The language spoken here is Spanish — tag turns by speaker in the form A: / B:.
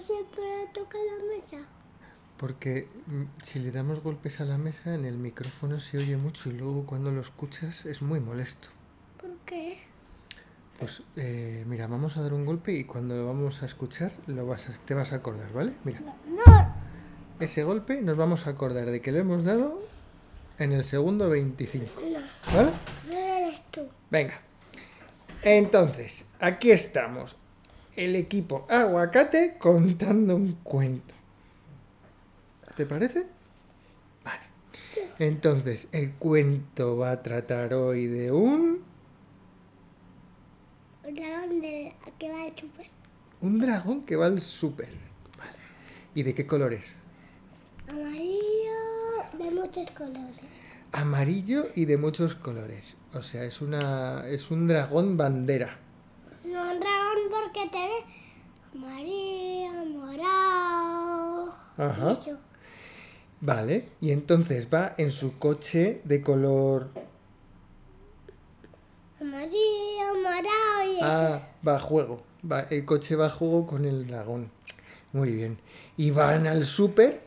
A: siempre toca la mesa?
B: Porque mm, si le damos golpes a la mesa en el micrófono se oye mucho y luego cuando lo escuchas es muy molesto.
A: ¿Por qué?
B: Pues eh, mira, vamos a dar un golpe y cuando lo vamos a escuchar lo vas a- te vas a acordar, ¿vale? Mira,
A: No, no.
B: ese golpe nos vamos a acordar de que lo hemos dado en el segundo 25,
A: no.
B: ¿vale?
A: No eres tú.
B: Venga. Entonces, aquí estamos. El equipo aguacate contando un cuento. ¿Te parece? Vale. Entonces, el cuento va a tratar hoy de un...
A: El dragón de a que va de chupar.
B: Un dragón que va al súper. Vale. ¿Y de qué colores?
A: Amarillo de muchos colores.
B: Amarillo y de muchos colores. O sea, es una. es un dragón bandera.
A: No, un dragón porque tiene amarillo, morado.
B: Ajá.
A: Eso.
B: Vale. Y entonces va en su coche de color
A: Amarillo, morado y eso.
B: Ah, va a juego. Va, el coche va a juego con el dragón. Muy bien. Y van al súper